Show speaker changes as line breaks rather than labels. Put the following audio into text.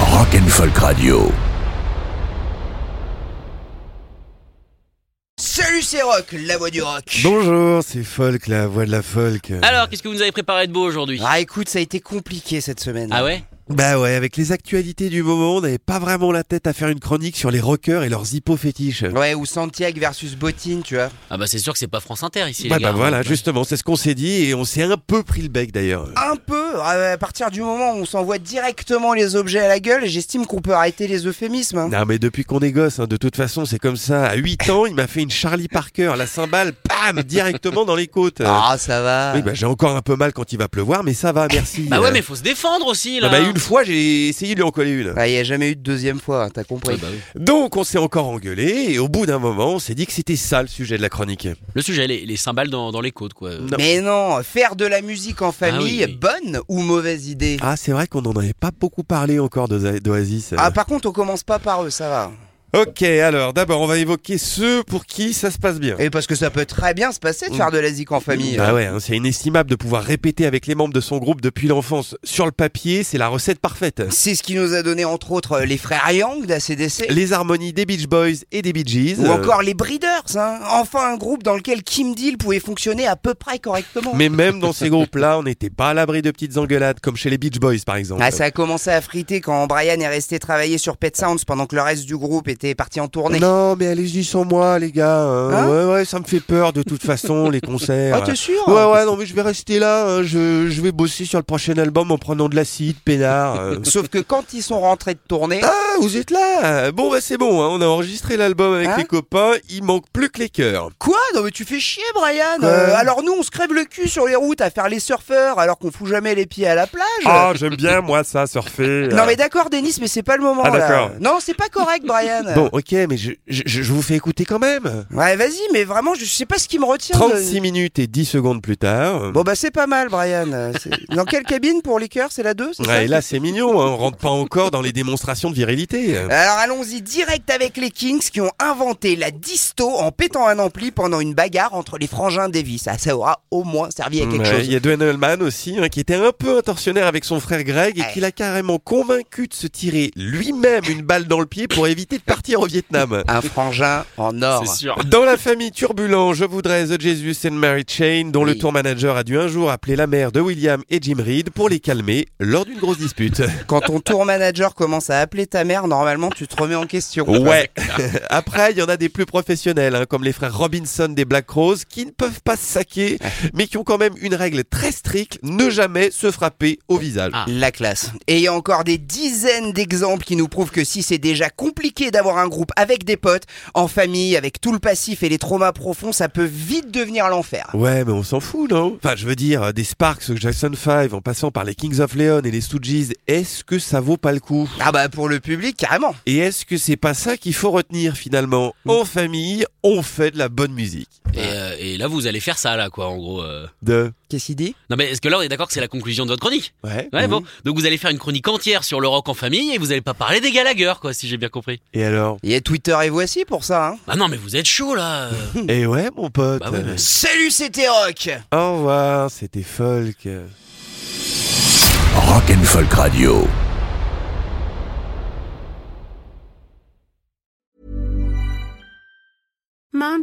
Rock'n'Folk Radio.
Salut, c'est Rock, la voix du rock.
Bonjour, c'est Folk, la voix de la Folk.
Alors, qu'est-ce que vous nous avez préparé de beau aujourd'hui
Ah, écoute, ça a été compliqué cette semaine.
Ah ouais
Bah ouais, avec les actualités du moment, on n'avait pas vraiment la tête à faire une chronique sur les rockers et leurs hippos fétiches.
Ouais, ou Santiago versus Bottine, tu vois.
Ah bah c'est sûr que c'est hein. pas France Inter ici.
bah
les gars.
bah voilà, justement, c'est ce qu'on s'est dit et on s'est un peu pris le bec d'ailleurs.
Ah.
Un peu, euh, à partir du moment où on s'envoie directement les objets à la gueule, j'estime qu'on peut arrêter les euphémismes. hein.
Non mais depuis qu'on est gosse, hein, de toute façon c'est comme ça. À 8 ans, il m'a fait une Charlie Parker, la cymbale, pam, directement dans les côtes.
Ah, ça va.
Oui, bah j'ai encore un peu mal quand il va pleuvoir, mais ça va, merci.
Bah ouais mais hein. faut se défendre aussi là.
Euh. Bah, bah, une fois j'ai essayé de lui en coller une.
Ah, il n'y a jamais eu de deuxième fois, hein, t'as compris.
Ouais, bah oui.
Donc on s'est encore engueulé et au bout d'un moment on s'est dit que c'était ça le sujet de la chronique.
Le sujet les, les cymbales dans, dans les côtes quoi.
Non.
Mais non, faire de la musique en famille,
oui, oui.
bonne ou mauvaise idée
Ah, c'est vrai qu'on n'en avait pas beaucoup parlé encore d'Oa- d'Oasis. euh.
Ah, par contre, on commence pas par eux, ça va.
Ok, alors d'abord, on va évoquer ceux pour qui ça se passe bien.
Et parce que ça peut très bien se passer de faire de la zik en famille.
Bah
hein.
ouais, hein, c'est inestimable de pouvoir répéter avec les membres de son groupe depuis l'enfance. Sur le papier, c'est la recette parfaite.
C'est ce qui nous a donné entre autres les frères Young d'ACDC.
Les harmonies des Beach Boys et des Bee Gees.
Ou
euh,
encore les Breeders, hein. enfin un groupe dans lequel Kim Deal pouvait fonctionner à peu près correctement.
Mais même dans ces groupes-là, on n'était pas à l'abri de petites engueulades, comme chez les Beach Boys par exemple.
Ah, ça a commencé à friter quand Brian est resté travailler sur Pet Sounds pendant que le reste du groupe était parti en tournée.
Non, mais allez-y sans moi, les gars. hein.
Hein
ouais, ouais, ça me fait peur de toute façon, les concerts.
Ah, t'es sûr
Ouais, ouais, non, mais je vais rester là. hein. Je, je vais bosser sur le prochain album en prenant de l'acide, pénard. euh.
Sauf que quand ils sont rentrés de tournée,
Ah, vous êtes là Bon, bah c'est bon, hein, on a enregistré l'album avec
Hein
les copains, il manque plus que les chœurs.
quoi Non mais tu fais chier Brian
Quoi
Euh, Alors nous on se crève le cul sur les routes à faire les surfeurs alors qu'on fout jamais les pieds à la plage
Ah, j'aime bien, moi, ça, surfer.
Non mais d'accord Denis mais c'est pas le moment
Ah,
là.
d'accord.
Non c'est pas correct Brian
Bon, ok, mais je, je, je vous fais écouter quand même.
Ouais vas-y mais vraiment je sais pas ce qui me retient de-
36 minutes et 10 secondes plus tard.
Bon bah c'est pas mal Brian Euh, c'est- Dans quelle cabine pour les cœurs C'est la 2 c'est ça
Ouais, et là, c'est mignon, hein, on rentre pas encore dans les démonstrations de virilité.
Alors allons-y direct avec les Kings qui ont inventé la disto en pétant un ampli pendant une bagarre entre les frangins Davis. Ah, ça aura au moins servi à quelque
Mm, Ouais,
chose.
Il y a Dwayne Allman aussi, hein, qui était un peu intentionnaire avec son frère Greg et
Ouais.
qui l'a carrément convaincu de se tirer lui-même une balle dans le pied pour éviter de partir au Vietnam.
Un frangin en or.
C'est sûr.
Dans la famille turbulent, je voudrais The Jesus and Mary Chain, dont le
Oui.
tour manager a dû un jour appeler la mère de William et Jim Reed pour les calmer lors d'une grosse dispute.
Quand ton tour manager commence à appeler ta mère, normalement tu te remets en question.
Ouais. Après, il y en a des plus professionnels, hein, comme les frères Robinson des Black Rose, qui ne peuvent pas se saquer, mais qui ont quand même une règle très stricte ne jamais se frapper au visage.
Ah.
La classe. Et il y a encore des dizaines d'exemples qui nous prouvent que si c'est déjà compliqué d'avoir un groupe avec des potes, en famille, avec tout le passif et les traumas profonds, ça peut vite devenir l'enfer.
Ouais, mais on s'en fout, non Enfin, je veux dire, euh, des Sparks, Jackson 5, en passant par les Kings of Leon et les Stooges, est-ce que ça vaut pas le coup
Ah bah pour le public, carrément.
Et est-ce que c'est pas ça qu'il faut retenir finalement
Mm.
En famille, on fait de la bonne musique.
Et, euh, et là vous allez faire ça là quoi en gros. euh.
De
Qu'est-ce qu'il dit
Non mais est-ce que là on est d'accord que c'est la conclusion de votre chronique
Ouais.
Ouais bon. Donc vous allez faire une chronique entière sur le rock en famille et vous allez pas parler des Gallagher quoi si j'ai bien compris.
Et alors
Il y a Twitter et voici pour ça. Hein.
Bah non mais vous êtes chaud là. euh.
Et ouais, mon pote.
Bah ouais, mais-
Salut, c'était Rock
Au revoir, c'était Folk.
Rock'n'Folk Radio.
Mom